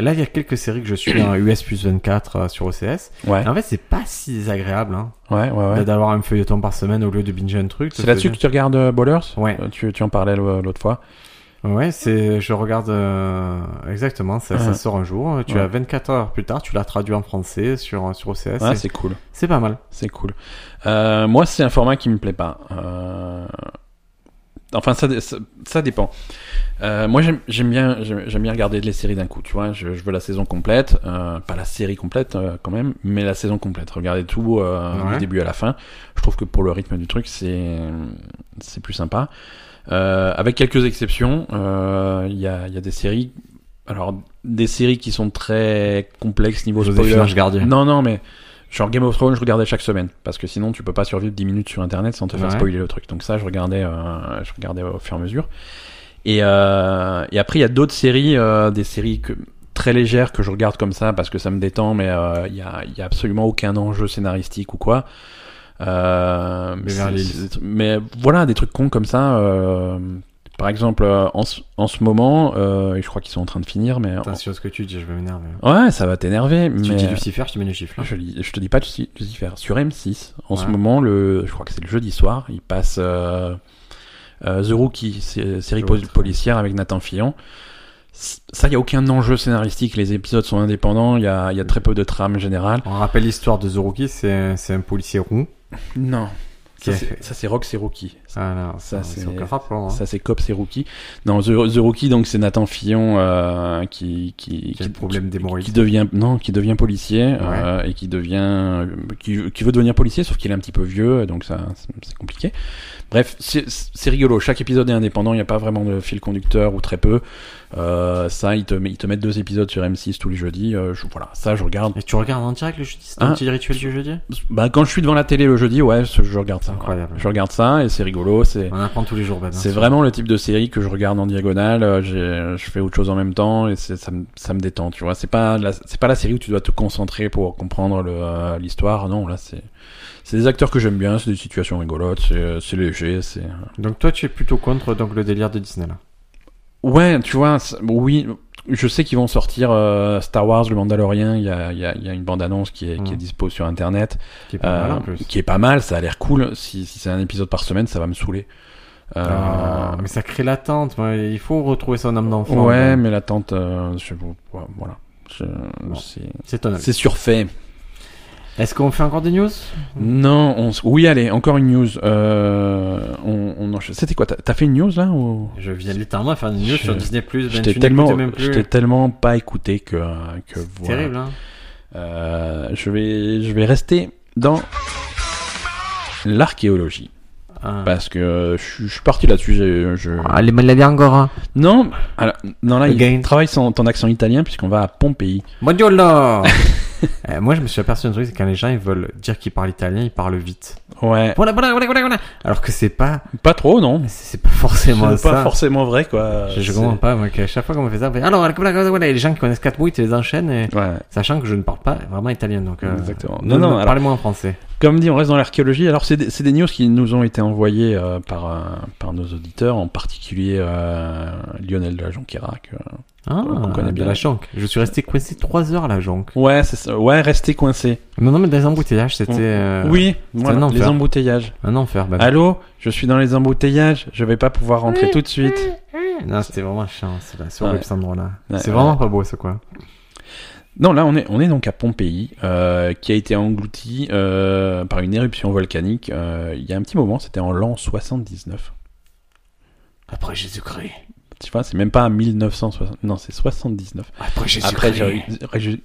A: Là il y a quelques séries que je suis en US plus 24 euh, sur OCS.
B: Ouais.
A: Et en fait c'est pas si désagréable hein,
B: Ouais, ouais, ouais.
A: d'avoir un feuilleton par semaine au lieu de binge un truc.
B: C'est là-dessus que tu regardes euh, Ballers
A: Ouais.
B: Euh, Tu, tu en parlais l'au- l'autre fois.
A: Ouais c'est je regarde euh, exactement ça, ça
B: Ouais.
A: sort un jour. Tu
B: Uh-huh. Ouais.
A: as 24 heures plus tard tu l'as traduit en français sur sur OCS.
B: Ah,
A: c'est-
B: c'est cool.
A: c'est pas mal.
B: C'est cool. Euh, moi, c'est un format qui me plaît pas. Euh, Enfin, ça, dé- ça, ça dépend. Euh, moi, j'aime- j'aime bien, j'aime j'aime bien regarder les séries d'un coup, tu vois. Je, je veux la saison complète, euh, pas la série complète euh, quand même, mais la saison complète. Regarder tout euh,
A: Ouais.
B: du début à la fin. Je trouve que pour le rythme du truc, c'est c'est plus sympa. Euh, avec quelques exceptions, euh, il y, a, il y a des séries, alors des séries qui sont très complexes niveau
A: Joséphine
B: spoiler.
A: Ange Gardien.
B: Non, non, mais genre Game of Thrones, je regardais chaque semaine parce que sinon tu peux pas survivre 10 minutes sur internet sans te faire
A: Ouais.
B: spoiler le truc. Donc ça, je regardais, euh, je regardais au fur et à mesure. Et, euh, et après, il y a d'autres séries, euh, des séries que, très légères que je regarde comme ça parce que ça me détend, mais euh, il y, a, il y a absolument aucun enjeu scénaristique ou quoi. Euh, mais,
A: Beverly
B: c'est-
A: Hills.
B: c'est- mais voilà, des trucs cons comme ça. euh, par exemple, euh, en, ce- en ce moment, euh, je crois qu'ils sont en train de finir, mais
A: Attention sur ce que tu dis, je vais m'énerver.
B: ouais, ça va t'énerver.
A: Si
B: mais...
A: tu dis Lucifer, je te mets le chiffre.
B: Je, lis- je te dis pas de Luci- Lucifer. Sur M6, en ce
A: Ouais.
B: moment, le, je crois que c'est le jeudi soir, il passe euh, euh, The Rookie, sé- série
A: Je
B: po-
A: vois.
B: policière avec Nathan Fillon. C- Ça, il n'y a aucun enjeu scénaristique. Les épisodes sont indépendants. Il y a, il y a très peu de trame générale.
A: On rappelle l'histoire de The Rookie, c'est un, c'est un policier roux.
B: Non.
A: Qui
B: Ça,
A: a
B: c'est-
A: fait-
B: ça, c'est Rock, c'est Rookie.
A: Ah non,
B: Ça,
A: ça,
B: c'est-
A: c'est aucun rapport. hein.
B: Ça, c'est Cop, c'est Rookie. Non, The, The Rookie, donc, c'est Nathan Fillon euh, qui, qui,
A: Qui a le problème
B: qui
A: d'hémorroïdes.
B: devient non qui devient policier euh, et qui devient euh, qui, qui veut devenir policier sauf qu'il est un petit peu vieux donc ça c'est- c'est compliqué bref c'est c'est rigolo chaque épisode est indépendant il n'y a pas vraiment de fil conducteur ou très peu Euh, ça ils te met- ils te mettent deux épisodes sur M6 tous les jeudis Euh, je- voilà ça je regarde
A: Et tu regardes en direct le jeudi, c'est
B: Ah.
A: un petit rituel du jeudi
B: bah quand je suis devant la télé le jeudi ouais je je regarde ça
A: Incroyable.
B: je regarde ça et c'est rigolo c'est
A: On apprend tous les jours, Ben. hein.
B: C'est vraiment le type de série que je regarde en diagonale. euh, j'ai- Je fais autre chose en même temps et c'est- ça me, ça me détend. Tu vois, c'est pas la- c'est pas la série où tu dois te concentrer pour comprendre le, euh, l'histoire. Non, là c'est c'est des acteurs que j'aime bien. C'est des situations rigolotes. C'est euh, c'est léger. C'est
A: Donc toi, tu es plutôt contre donc, le délire de Disney, là.
B: ouais, tu vois. c'est- Oui, je sais qu'ils vont sortir euh, Star Wars, le Mandalorian. Il y a, il y a- il y a une bande annonce qui est, qui est
A: Mm.
B: dispo sur internet.
A: Qui est pas mal,
B: euh,
A: en plus.
B: qui est pas mal. Ça a l'air cool. Si, si c'est un épisode par semaine, ça va me saouler. Euh,
A: Ah, mais ça crée l'attente. ouais, Il faut retrouver son âme d'enfant.
B: Ouais,
A: Ben.
B: mais l'attente, euh, je, ouais, voilà. Je-
A: Bon.
B: c'est-
A: C'est ton avis.
B: C'est surfait.
A: Est-ce qu'on fait encore des news Mmh.
B: Non, on, s- oui, allez, encore une news. Euh, on, on enchaîne. C'était quoi T'as t'as fait une news là ou...
A: Je viens littéralement de faire des news
B: Je-
A: sur Disney+. Ben,
B: Je t'ai
A: tu
B: tellement,
A: n'écoutais même
B: je
A: plus.
B: t'ai tellement pas écouté que, que
A: C'est
B: voilà.
A: terrible, hein
B: Euh, je vais, je vais rester dans l'archéologie
A: Ah.
B: parce que euh, je, suis- je suis parti là-dessus. j'ai- Je...
C: Ah, les maladies encore. hein.
B: Non, alors, non là, il
A: Again.
B: travaille son, ton accent italien puisqu'on va à Pompéi.
A: Bonjour là Euh, Moi, je me suis aperçu d'un truc, c'est quand les gens ils veulent dire qu'ils parlent italien, ils parlent vite.
B: Ouais,
A: Voilà, voilà, voilà, voilà, voilà. Alors que c'est pas,
B: pas trop, non.
A: c'est c'est pas forcément
B: C'est
A: ça.
B: pas forcément vrai, quoi.
A: je, je
B: C'est-
A: comprends pas, moi, qu'à chaque fois qu'on me fait ça, on fait, alors, voilà, voilà, voilà, voilà, et les gens qui connaissent quatre mots, ils te les enchaînent, et-
B: Ouais,
A: sachant que je ne parle pas vraiment italien, donc. euh,
B: exactement.
A: ne-
B: Non, non,
A: ne-
B: alors,
A: parlez-moi en français.
B: comme dit, on reste dans l'archéologie. Alors, c'est des, c'est des news qui nous ont été envoyées euh, par, euh, par nos auditeurs, en particulier euh, Lionel de la Jonquera. que-
A: Ah,
B: on connaît bien.
A: de la jonque. Je suis resté coincé trois heures à la jonque.
B: Ouais, c'est ça. Ouais, restez coincé.
A: Non, non, mais dans les embouteillages, c'était euh,
B: Mm. oui, Ah. voilà,
A: un enfer.
B: les embouteillages.
A: un enfer. Ben.
B: Allô, je suis dans les embouteillages, je vais pas pouvoir rentrer tout de suite.
A: Non, c'était vraiment chiant, c'est là, sur
B: Ouais.
A: le endroit là.
B: Ouais,
A: c'est
B: ouais.
A: vraiment pas beau, ce quoi.
B: Non, là, on est, on est donc à Pompéi, euh, qui a été englouti euh, par une éruption volcanique euh, il y a un petit moment, c'était en l'an 79.
A: Après Jésus-Christ.
B: Tu vois, c'est même pas 1960. Non, c'est 79.
A: Après
B: Après Jésus-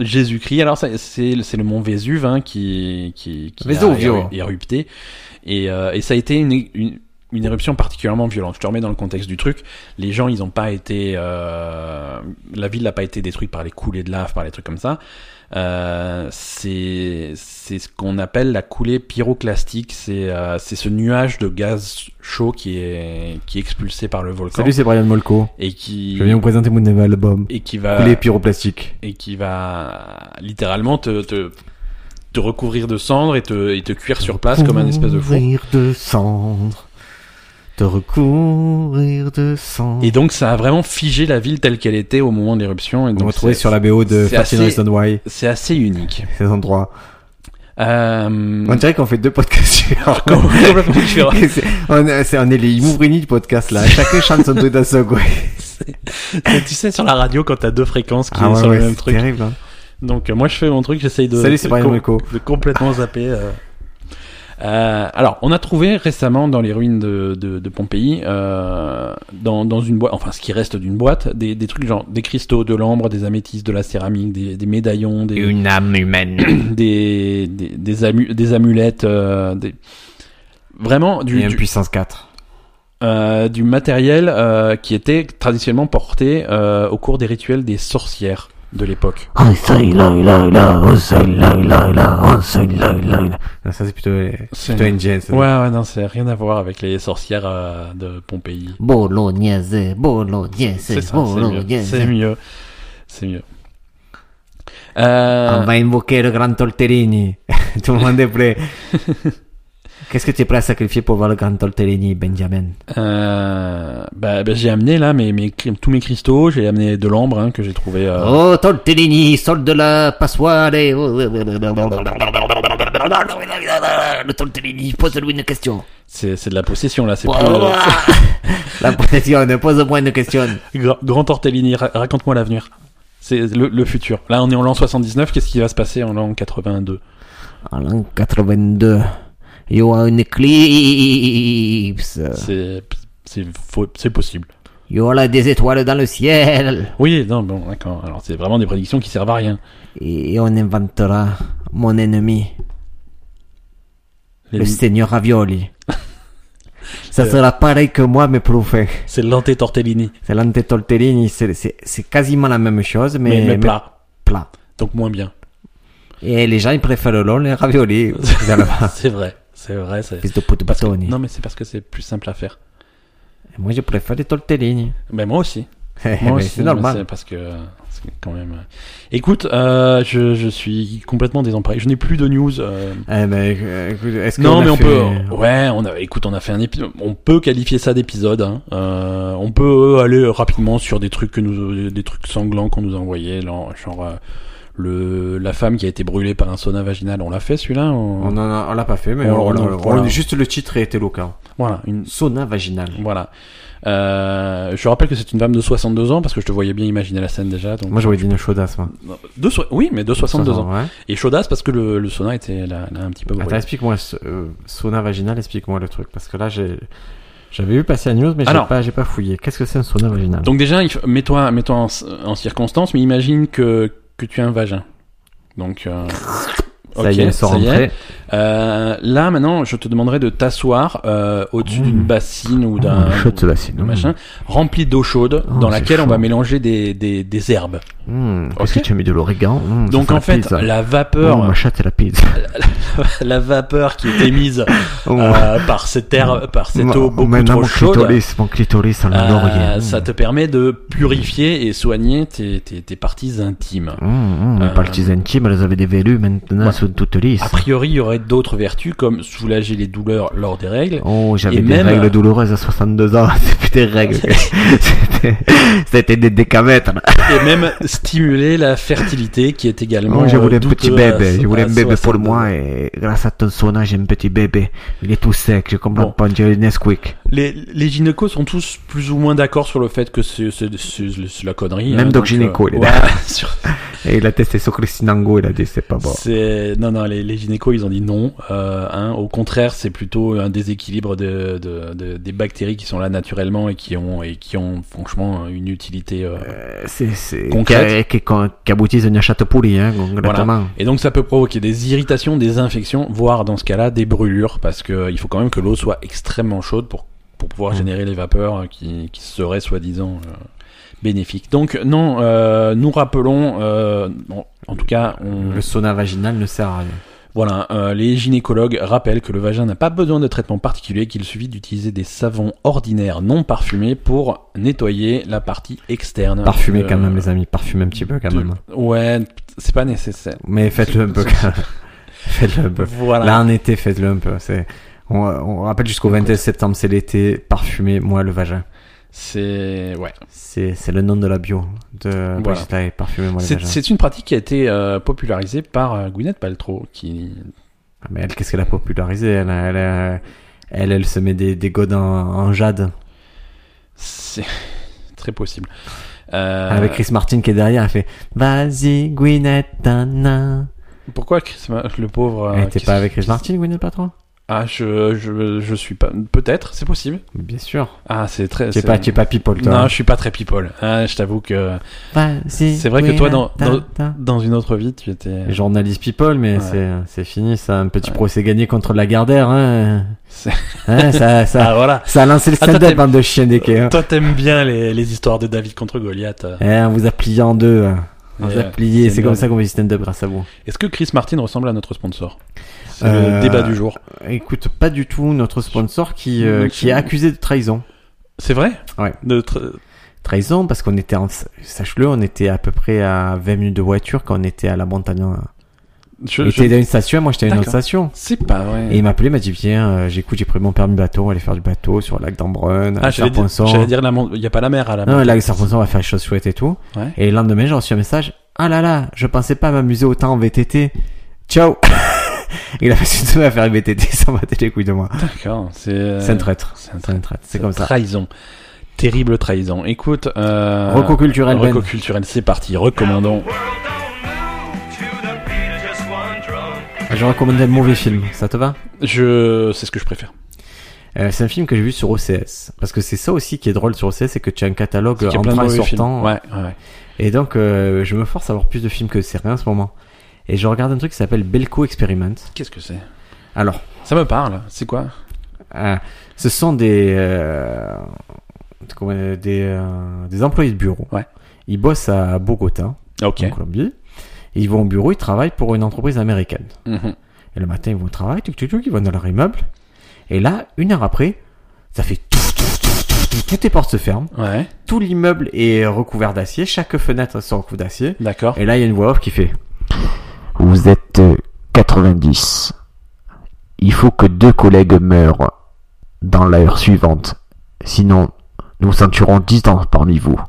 B: Jésus-Christ. Alors, ça, c'est c'est le mont Vésuve hein, qui, qui, qui
A: Vesuvio.
B: a érupté. Et, euh, et ça a été une, une, une éruption particulièrement violente. Je te remets dans le contexte du truc. Les gens, ils n'ont pas été. euh, la ville n'a pas été détruite par les coulées de lave, par les trucs comme ça. Euh, c'est c'est ce qu'on appelle la coulée pyroclastique. C'est euh, c'est ce nuage de gaz chaud qui est, qui est expulsé par le volcan.
A: Salut, c'est Brian Molko.
B: Et qui,
A: Je viens vous présenter mon nouvel album.
B: et qui va
A: Coulé pyroplastique.
B: et qui va littéralement te, te, te recouvrir de cendres et te, et te cuire sur place comme un espèce de fou.
A: Couvrir de cendres. Te recourir de cendres.
B: Et donc ça a vraiment figé la ville telle qu'elle était au moment de l'éruption. Et
A: vous
B: donc
A: retrouvez
B: c'est-
A: sur la BO de
B: c'est
A: Fatino
B: assez-
A: Aston Why,
B: C'est assez unique.
A: ces endroits.
B: Euh,
A: On dirait qu'on fait deux podcasts différents.
B: complètement différent.
A: C'est- on, est- c'est- on est les Imouvrini du podcast là. Chacun chante son truc d'un seul, quoi.
B: tu sais, sur la radio, quand t'as deux fréquences qui
A: Ah
B: sont
A: ouais,
B: sur
A: ouais,
B: le même
A: c'est
B: truc.
A: terrible. hein.
B: Donc euh, moi je fais mon truc, j'essaye de,
A: Salut, c'est
B: de,
A: Brian
B: com-
A: Molko.
B: de complètement zapper. euh. Euh, alors, on a trouvé récemment dans les ruines de, de, de Pompéi, euh, dans, dans une boîte, enfin ce qui reste d'une boîte, des, des trucs genre des cristaux, de l'ambre, des améthystes, de la céramique, des, des médaillons, des,
A: Une âme humaine.
B: des, des, des, amu- des amulettes, euh, des... vraiment du,
A: Et une
B: du-
A: puissance 4.
B: euh, du matériel euh, qui était traditionnellement porté euh, au cours des rituels des sorcières de l'époque.
C: Oh, celui-là, il a, il a, oh, celui-là, il a, il a, oh, celui-là, il a, il a.
A: Non, ça, c'est plutôt, euh,
B: C'est-
A: plutôt NGN. ça.
B: Ouais, ouais, non, c'est rien à voir avec les sorcières euh, de Pompéi.
C: Bolognaise,
B: C'est
C: bolognaise,
B: ça, c'est mieux.
C: bolognaise.
B: C'est mieux. C'est mieux. Euh,
C: Ah,
A: On va invoquer le grand Tolterini. Tout le monde est prêt. Qu'est-ce que tu es prêt à sacrifier pour voir le grand Tolterini, Benjamin
B: euh, bah, bah, j'ai amené là mes, mes, cri- tous mes cristaux, j'ai amené de l'ambre hein, que j'ai trouvé. euh,
C: Oh, Tolterini, solde la passoire et... oh, oh, oh, oh, oh, oh, oh, oh. Le Tolterini, pose-lui une question.
B: C'est, c'est de la possession là, c'est plus, euh,
C: La possession, ne pose-moi une question.
B: Gra- euh, Grand Tortellini, ra- raconte-moi l'avenir. C'est le, le futur. Là, on est en l'an 79, qu'est-ce qui va se passer en l'an 82
C: En l'an 82, il y aura une éclipse.
B: C'est c'est faux- c'est possible.
C: Il y aura des étoiles dans le ciel.
B: Oui, non, bon, d'accord. Alors, c'est vraiment des prédictions qui servent à rien.
C: Et on inventera mon ennemi,
B: Les-
C: le seigneur Ravioli.
A: Ça sera pareil que moi, mais pour fin.
B: c'est l'anté Tortellini,
A: C'est l'ante Tolterini, c'est- c'est c'est quasiment la même chose, mais,
B: mais, mais plat.
A: plat.
B: Donc, moins bien.
A: Et les gens, ils préfèrent le LOL et les raviolis. finalement.
B: c'est vrai, c'est vrai. c'est-
A: Fils de pute
B: parce que-
A: bâtonnier.
B: Non, mais c'est parce que c'est plus simple à faire.
A: Moi, je préfère les Tolterini.
B: Mais moi aussi.
A: Mais
B: Moi aussi,
A: Eh ben, c'est
B: mais
A: normal.
B: Parce que, euh, parce que quand même. euh. Écoute, euh, je, je suis complètement désemparé. Je n'ai plus de news. euh,
A: Eh ben, euh, écoute, est-ce
B: Non,
A: qu'on a
B: mais on
A: fait-
B: peut. Ouais, on a. Écoute, on a fait un épisode. On peut qualifier ça d'épisode. hein. Euh, on peut euh, aller rapidement sur des trucs que nous, des trucs sanglants qu'on nous a envoyés, là, genre euh, le la femme qui a été brûlée par un sauna vaginal. On l'a fait celui-là. on-
A: On en a- on l'a pas fait, mais
B: Mm. On-
A: on,
B: on-
A: on-
B: voilà.
A: on- juste le titre était éloquent.
B: Voilà. Une...
A: Sauna vaginale.
B: Voilà. Euh, je rappelle que c'est une femme de 62 ans parce que je te voyais bien imaginer la scène déjà. Donc
A: Moi, j'aurais dit une chaudasse, moi.
B: de so- oui, mais de 62 ans.
A: Ouais.
B: Et chaudasse parce que le, le sauna était là, là un petit peu. brûlé.
A: Attends, explique-moi, ce- euh, sauna vaginale, explique-moi le truc. Parce que là, j'ai, j'avais vu passer la news, mais j'ai
B: Alors.
A: pas, j'ai pas fouillé. Qu'est-ce que c'est un sauna vaginal?
B: Donc déjà, il faut- mets-toi mets en, en circonstance, mais imagine que, que tu as un vagin. Donc, euh,
A: ça
B: ok,
A: y est, sans
B: ça y est.
A: rentrer.
B: Euh, là, maintenant, je te demanderai de t'asseoir euh, au-dessus
A: Mmh.
B: d'une bassine ou d'un
C: Chute de la cine.
B: d'un machin rempli d'eau chaude
A: Oh,
B: dans
A: c'est
B: laquelle on va
A: chaud.
B: mélanger des, des, des herbes.
A: Mmh,
B: Hmm, Ok.
A: Est-ce que tu as mis de l'origan Mmh, ça Hmm, Mmh.
B: Donc
A: la
B: en fait,
A: pizza.
B: la
C: Oh,
B: vapeur,
C: ma chatte, elle a pizza.
B: la vapeur qui est émise
A: Oh,
B: euh, par cette herbe, par cette
A: ma-
B: eau beaucoup
A: Mmh. maintenant,
B: trop
A: mon
B: chaude,
A: clitoris, mon clitoris, on l'a
B: euh,
A: laurier.
B: ça te permet de purifier et soigner tes, tes, tes parties intimes.
A: Mmh, mmh,
B: Euh,
A: Les parties intimes, elles avaient des velus, maintenant,
B: ouais.
A: elles sont toutes lisses.
B: A priori, il y aurait d'autres vertus comme soulager les douleurs lors des règles.
A: Oh, j'avais
B: Et
A: des
B: même- euh,
A: règles douloureuses à 62 ans. C'était des règles. que- C'était- C'était des décamètres.
B: et même stimuler la fertilité qui est également.
A: Oh, je voulais
B: euh,
A: un petit
B: douteuse à-
A: bébé. Je voulais
B: à
A: un bébé pour
B: 62.
A: moi et grâce à ton sauna, j'ai un petit bébé. Il est tout sec. Je comprends
B: Bon.
A: pas. On dirait Nesquik.
B: Les, les gynécos sont tous plus ou moins d'accord sur le fait que c'est c'est- c'est- c'est la connerie.
A: Même Doc Gynéco,
B: euh,
A: il est
B: ouais, sur-
A: Et il a testé sur Christinango. Il a dit c'est pas bon.
B: c'est- Non, non, les, les gynécos, ils ont dit non. euh, hein. au contraire, c'est plutôt un déséquilibre de, de- de- des bactéries qui sont là naturellement et qui ont, et qui ont franchement une utilité. euh,
A: Euh, C'est c'est
B: Concrète.
A: Euh, qui, qui, qui aboutissent à une chatte pourrie, hein, concrètement.
B: Et donc ça peut provoquer des irritations, des infections, voire dans ce cas-là des brûlures, parce que il faut quand même que l'eau soit extrêmement chaude pour, pour pouvoir
A: Mm.
B: générer les vapeurs euh, qui, qui seraient soi-disant euh, bénéfiques. Donc non, euh, nous rappelons, euh, bon, en tout cas, on,
A: Le sauna vaginal ne sert à rien.
B: voilà, euh, les gynécologues rappellent que le vagin n'a pas besoin de traitement particulier, qu'il suffit d'utiliser des savons ordinaires non parfumés pour nettoyer la partie externe.
A: Parfumez
B: de-
A: quand même, les amis. Parfumez un petit peu quand
B: de-
A: même.
B: Ouais, c'est pas nécessaire.
A: Mais faites-le un peu. quand même. Faites-le un peu.
B: Voilà.
A: Là, en été, faites-le un peu. C'est, on, on rappelle jusqu'au 21 septembre, c'est l'été. Parfumez, moi, le vagin.
B: C'est ouais.
A: C'est, c'est le nom de la bio de
B: Voilà.
A: Brigitte Lahaie. Parfumez, moi, le
B: C'est
A: vagin.
B: c'est une pratique qui a été euh, popularisée par euh, Gwyneth Paltrow, qui
A: Ah, Mais elle, qu'est-ce qu'elle a popularisé? Elle, elle, euh, elle, elle se met des, des godes en, en jade.
B: c'est très possible. Euh,
A: Avec Chris Martin qui est derrière, elle fait, vas-y, Gwyneth, nana.
B: Pourquoi Chris Ma- le pauvre euh,
A: Elle était
B: qui-
A: pas avec Chris
B: qui-
A: Martin, Gwyneth Paltrow?
B: Ah, je, je, je suis pas. Peut-être, c'est possible.
A: Bien sûr.
B: Ah, c'est très.
A: Tu es
B: c'est-
A: pas, tu es pas people, toi. hein.
B: Non, je suis pas très people. Ah, je t'avoue que
A: Bah, si,
B: C'est vrai que
A: oui,
B: toi,
A: là,
B: dans-
A: ta,
B: dans-
A: ta.
B: dans une autre vie, tu étais.
A: Euh, Journaliste people, mais
B: Ouais.
A: c'est, c'est fini, ça. Un petit
B: Ouais.
A: procès gagné contre la Lagardère, hein.
B: C'est-
A: Hein, ça, ça,
B: Ah, voilà.
A: ça a lancé le
B: Attends, t'es-
A: stand-up, bande de chiens des quais, hein.
B: Toi, t'aimes bien les, les histoires de David contre Goliath. euh.
A: Eh, on vous a plié en deux. hein. On vous
B: Et,
A: a
B: euh,
A: plié. C'est
B: bien.
A: comme ça qu'on fait du stand-up grâce à vous.
B: Est-ce que Chris Martin ressemble à notre sponsor C'est le
A: Euh,
B: débat du jour.
A: Écoute, pas du tout notre sponsor qui, euh,
B: Donc,
A: qui est accusé de trahison.
B: C'est vrai
A: Ouais.
B: De tr-
A: Trahison parce qu'on était, en- sache-le, on était à peu près à 20 minutes de voiture quand on était à la montagne.
B: je-
A: Il
B: je-
A: était dans une station, moi j'étais à une autre
B: D'accord.
A: station.
B: C'est pas vrai.
A: Et il m'a appelé, il m'a dit Viens, euh, j'écoute, j'ai pris mon permis bateau, on va aller faire du bateau sur le lac d'Ambrun,
B: Ah,
A: à
B: j'allais dire,
A: Serponçon.
B: j'allais dire la mon- il n'y a pas la mer à la
A: Non, le
B: mer.
A: lac Serponçon, on va faire des choses chouettes et tout.
B: Ouais.
A: Et le lendemain, j'ai reçu un message Ah là là, je pensais pas m'amuser autant en VTT. Ciao Il a passé une semaine à faire une VTT sans battre les couilles de moi.
B: D'accord, c'est. euh,
A: C'est un traître.
B: C'est un
A: C'est
B: tra-
A: un traître, c'est comme ça.
B: Trahison. Terrible trahison. Écoute, euh,
A: Reco culturel, Ben.
B: Reco culturel, c'est parti. Recommandons.
D: World don't move to the beat of just one drum.
A: Je recommande un mauvais film, ça te va
B: Je, c'est ce que je préfère.
A: Euh, C'est un film que j'ai vu sur OCS. Parce que c'est ça aussi qui est drôle sur OCS, c'est que tu as un catalogue
B: Il y a plein de
A: entrant et
B: mauvais films.
A: sortant.
B: Ouais, ouais, ouais.
A: Et donc, euh, je me force à voir plus de films que séries en ce moment. Et je regarde un truc qui s'appelle Belco Experiment.
B: Qu'est-ce que c'est
A: Alors,
B: Ça me parle. C'est quoi
A: euh, ce sont des euh, comment, euh, des, euh, des employés de bureau.
B: Ouais.
A: Ils bossent à Bogota,
B: Ok.
A: en Colombie. Et ils vont au bureau, ils travaillent pour une entreprise américaine.
B: Mhm.
A: Et le matin, ils vont au travail, tuc, tuc, tuc, ils vont dans leur immeuble. Et là, une heure après, ça fait tout, tout, tout, tout, tout, toutes les portes se ferment.
B: Ouais.
A: Tout l'immeuble est recouvert d'acier, chaque fenêtre est recouverte d'acier.
B: D'accord.
A: Et là, il y a une voix off qui fait
C: Vous êtes euh, 90. Il faut que deux collègues meurent dans l'heure suivante. Sinon, nous en tuerons 10 dans- parmi vous.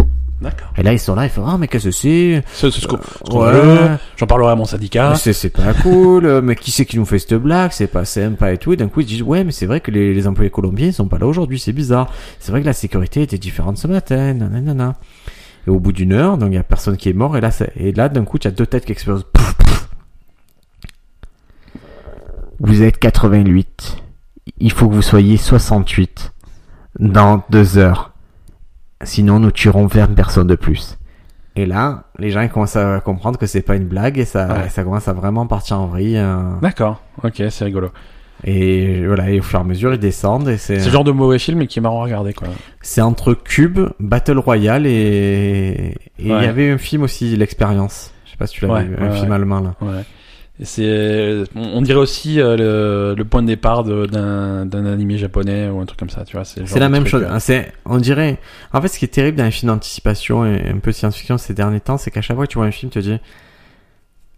B: D'accord.
A: Et là, ils sont là, ils font Ah, mais qu'est-ce que c'est
B: C'est c'est ce qu'on- ce
A: euh,
B: qu'on
A: Ouais.
B: veut. J'en parlerai à mon syndicat.
A: Mais c'est- C'est pas cool, euh, mais qui c'est qui nous fait cette blague C'est pas sympa et tout. Et d'un coup, ils disent Ouais, mais c'est vrai que les, les employés colombiens ils sont pas là aujourd'hui, c'est bizarre. C'est vrai que la sécurité était différente ce matin, nanana. Et au bout d'une heure, donc il y a personne qui est mort, et là, c'est- et là d'un coup, tu as deux têtes qui explosent. Pouf,
C: Vous êtes 88. Il faut que vous soyez 68 dans deux heures. Sinon, nous tuerons 20 personnes de plus.
A: Et là, les gens ils commencent à comprendre que c'est pas une blague, et ça,
B: Ouais.
A: ça commence à vraiment partir en vrille. hein.
B: D'accord. Ok, c'est rigolo.
A: Et voilà, et au fur et à mesure, ils descendent, et c'est.
B: C'est le genre de mauvais film mais qui est marrant à regarder quoi.
A: C'est entre Cube, Battle Royale et et il
B: Ouais.
A: y avait un film aussi, L'Expérience. Je sais pas si tu l'as
B: Ouais,
A: vu,
B: ouais,
A: un film
B: ouais.
A: allemand là.
B: Ouais. Et C'est, on on dirait aussi euh, le, le point de départ de- d'un d'un animé japonais ou un truc comme ça, tu vois. le genre
A: C'est la
B: de
A: même
B: truc,
A: chose.
B: euh,
A: hein, C'est, on dirait. En fait, ce qui est terrible dans les films d'anticipation et un peu science-fiction ces derniers temps, c'est qu'à chaque fois que tu vois un film, tu te dis,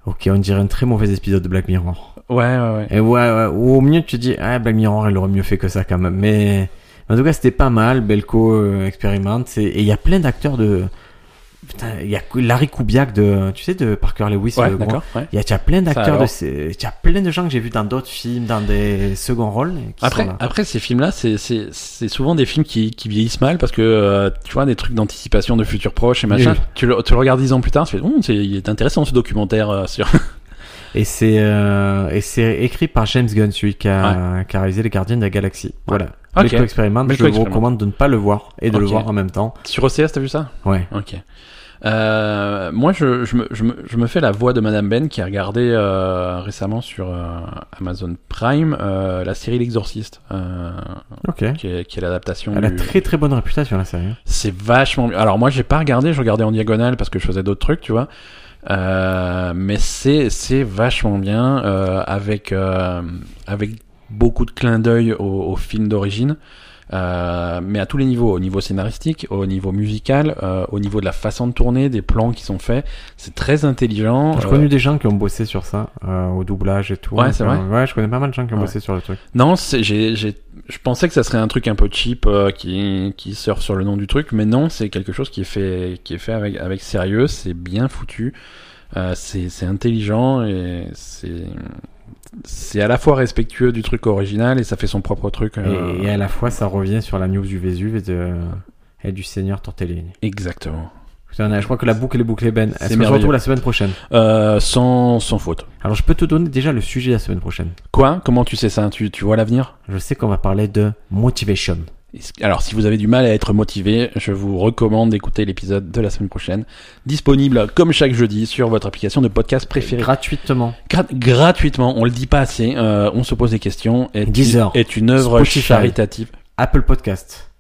A: ok, on dirait un très mauvais épisode de Black Mirror.
B: Ouais, ouais, ouais.
A: Et ouais, ouais, ou au mieux, tu te dis, ah, Black Mirror, elle aurait mieux fait que ça quand même. Mais en tout cas, c'était pas mal. Belko euh, expérimente. c'est- Et il y a plein d'acteurs de. Putain, il y a Larry Kubiak de, tu sais, de Parker Lewis.
B: Ouais,
A: le grand-
B: d'accord. ouais.
A: Il y a, tu as plein d'acteurs,
B: alors
A: de ces- tu as plein de gens que j'ai vus dans d'autres films, dans des seconds rôles. Qui
B: Après,
A: sont là.
B: après ces films-là, c'est- c'est c'est souvent des films qui, qui vieillissent mal parce que euh, tu vois des trucs d'anticipation de futurs proches et machin.
A: Oui.
B: Tu, le, tu le regardes dix ans plus tard, tu fais, Hum, c'est il est intéressant ce documentaire euh, sur.
A: Et c'est euh, et c'est écrit par James Gunn, celui qui a, qui a réalisé Les Gardiens de la Galaxie. Voilà.
B: Ok.
A: Belko Experiment,
B: Belko
A: je vous
B: Experiment.
A: recommande de ne pas le voir et de le
B: Ok.
A: voir en même temps.
B: sur OCS, t'as vu ça
A: Ouais.
B: Ok. Euh, moi, je, je, me, je, me, je me fais la voix de Madame Ben qui a regardé euh, récemment sur euh, Amazon Prime euh, la série L'Exorciste, euh,
A: Ok.
B: qui est, qui est l'adaptation.
A: Elle a
B: du-
A: très très bonne réputation la série. hein.
B: C'est vachement mieux. Alors moi, j'ai pas regardé, je regardais en diagonale parce que je faisais d'autres trucs, tu vois. Euh, mais c'est c'est vachement bien euh, avec euh, avec beaucoup de clins d'œil au, au film d'origine. Euh, mais à tous les niveaux, au niveau scénaristique, au niveau musical, euh, au niveau de la façon de tourner, des plans qui sont faits, c'est très intelligent.
A: J'ai
B: Euh,
A: connu des gens qui ont bossé sur ça, euh, au doublage et tout.
B: Ouais, c'est
A: Euh,
B: vrai.
A: Ouais, je connais pas mal de gens qui ont
B: Ouais.
A: bossé sur le truc.
B: Non, c'est- j'ai, j'ai, je pensais que ça serait un truc un peu cheap euh, qui, qui surfe sur le nom du truc, mais non, c'est quelque chose qui est fait, qui est fait avec, avec sérieux, c'est bien foutu, euh, c'est, c'est intelligent et c'est, c'est à la fois respectueux du truc original et ça fait son propre truc. euh,
A: Et, et à la fois, ça revient sur la news du Vésuve et de et du Seigneur Tortellini.
B: Exactement.
A: Écoutez, on a- je crois que la boucle est bouclée, Ben.
B: C'est
A: Est-ce qu'on se
B: merveilleux.
A: retrouve la semaine prochaine
B: Euh, sans, sans faute.
A: Alors, je peux te donner déjà le sujet la semaine prochaine.
B: Quoi Comment tu sais ça tu, tu vois l'avenir
A: Je sais qu'on va parler de motivation.
B: Est-ce- Alors, si vous avez du mal à être motivé, je vous recommande d'écouter l'épisode de la semaine prochaine, disponible comme chaque jeudi sur votre application de podcast préférée.
A: Gratuitement.
B: Gra- gratuitement, on le dit pas assez, euh, on se pose des questions. Est,
A: Deezer.
B: est une œuvre
A: Spotify.
B: charitative.
A: Apple Podcast.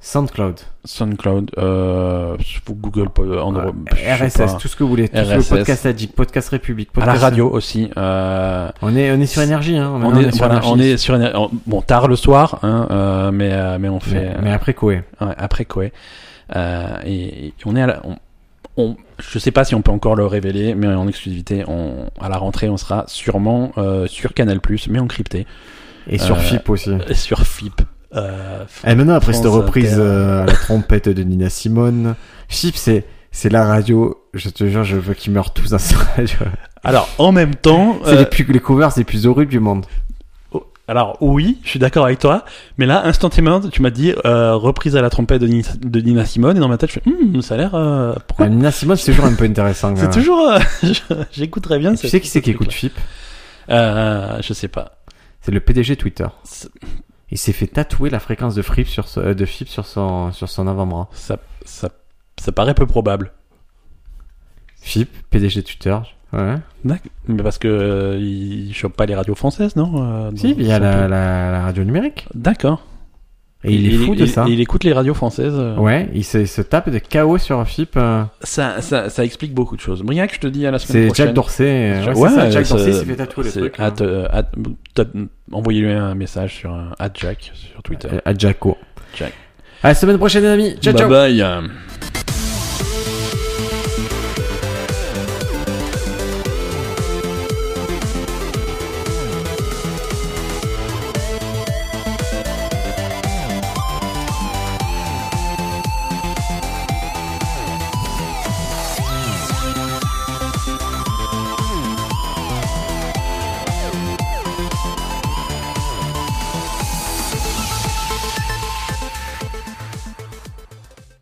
A: SoundCloud.
B: SoundCloud, euh, Google, euh, Android,
A: Voilà.
B: je sais pas.
A: RSS, tout ce que vous voulez. Tout ce que
B: RSS.
A: podcast addict, podcast république,
B: à
A: podcast.
B: la radio aussi. euh,
A: On est, on est sur énergie, hein.
B: on,
A: Maintenant,
B: est, voilà, on
A: Énergie.
B: est sur une, en- bon tard le soir, hein, euh, mais euh, mais on fait
A: Mais, mais après Koé.
B: Ouais, après Koé. Euh, et, et on est à la- on, on- je sais pas si on peut encore le révéler, mais en exclusivité, on, à la rentrée, on sera sûrement euh, sur Canal+, mais encrypté,
A: Et sur
B: Euh,
A: FIP aussi.
B: et sur FIP. Euh,
A: Et maintenant, Eh, après cette
B: France
A: reprise
B: Inter.
A: euh, à la trompette de Nina Simone, FIP, c'est, c'est la radio. Je te jure, je veux qu'ils meurent tous dans cette radio.
B: alors, en même temps,
A: C'est
B: euh,
A: les, plus, les covers les plus horribles du monde.
B: oh, alors oui, je suis d'accord avec toi, mais là, instantanément, tu m'as dit euh, reprise à la trompette de Nina, de Nina Simone, et dans ma tête, je fais, Hum, ça a l'air, euh, pourquoi
A: Ah, Nina Simone, c'est toujours un peu intéressant. quand
B: C'est
A: même.
B: toujours, euh, je- j'écouterais bien.
A: Et Tu
B: ce-
A: sais qui
B: ce
A: c'est qui
B: truc-là.
A: écoute FIP
B: euh, Je sais pas.
A: C'est le PDG Twitter.
B: C'est-
A: Il s'est fait tatouer la fréquence de FIP sur, son- euh, de FIP sur son, sur son avant-bras.
B: Ça, ça, ça paraît peu probable.
A: FIP, PDG Twitter. Ouais.
B: D'accord. Mais parce que euh, ils chopent pas les radios françaises, non euh,
A: Si,
B: dans-
A: il y a
B: dans
A: la,
B: le-
A: la- la radio numérique.
B: D'accord.
A: Et il, est fou de
B: il-
A: ça.
B: Il écoute les radios françaises. euh.
A: Ouais, il se, il se tape de chaos sur FIP. euh,
B: Ça, ça, ça explique beaucoup de choses. Briac, je te dis à la semaine
A: C'est
B: prochaine.
A: Jack Dorsey. euh,
B: Ouais,
A: c'est ça, Jack
B: ça-
A: Dorsey s'est fait tatouer le
B: c'est
A: truc. hein.
B: at, euh, at- top- Envoyez-lui un message sur euh, at Jack sur Twitter.
A: À, à Jacko.
B: Jack.
A: À la semaine prochaine, les amis. Ciao,
B: bye
A: ciao.
B: bye.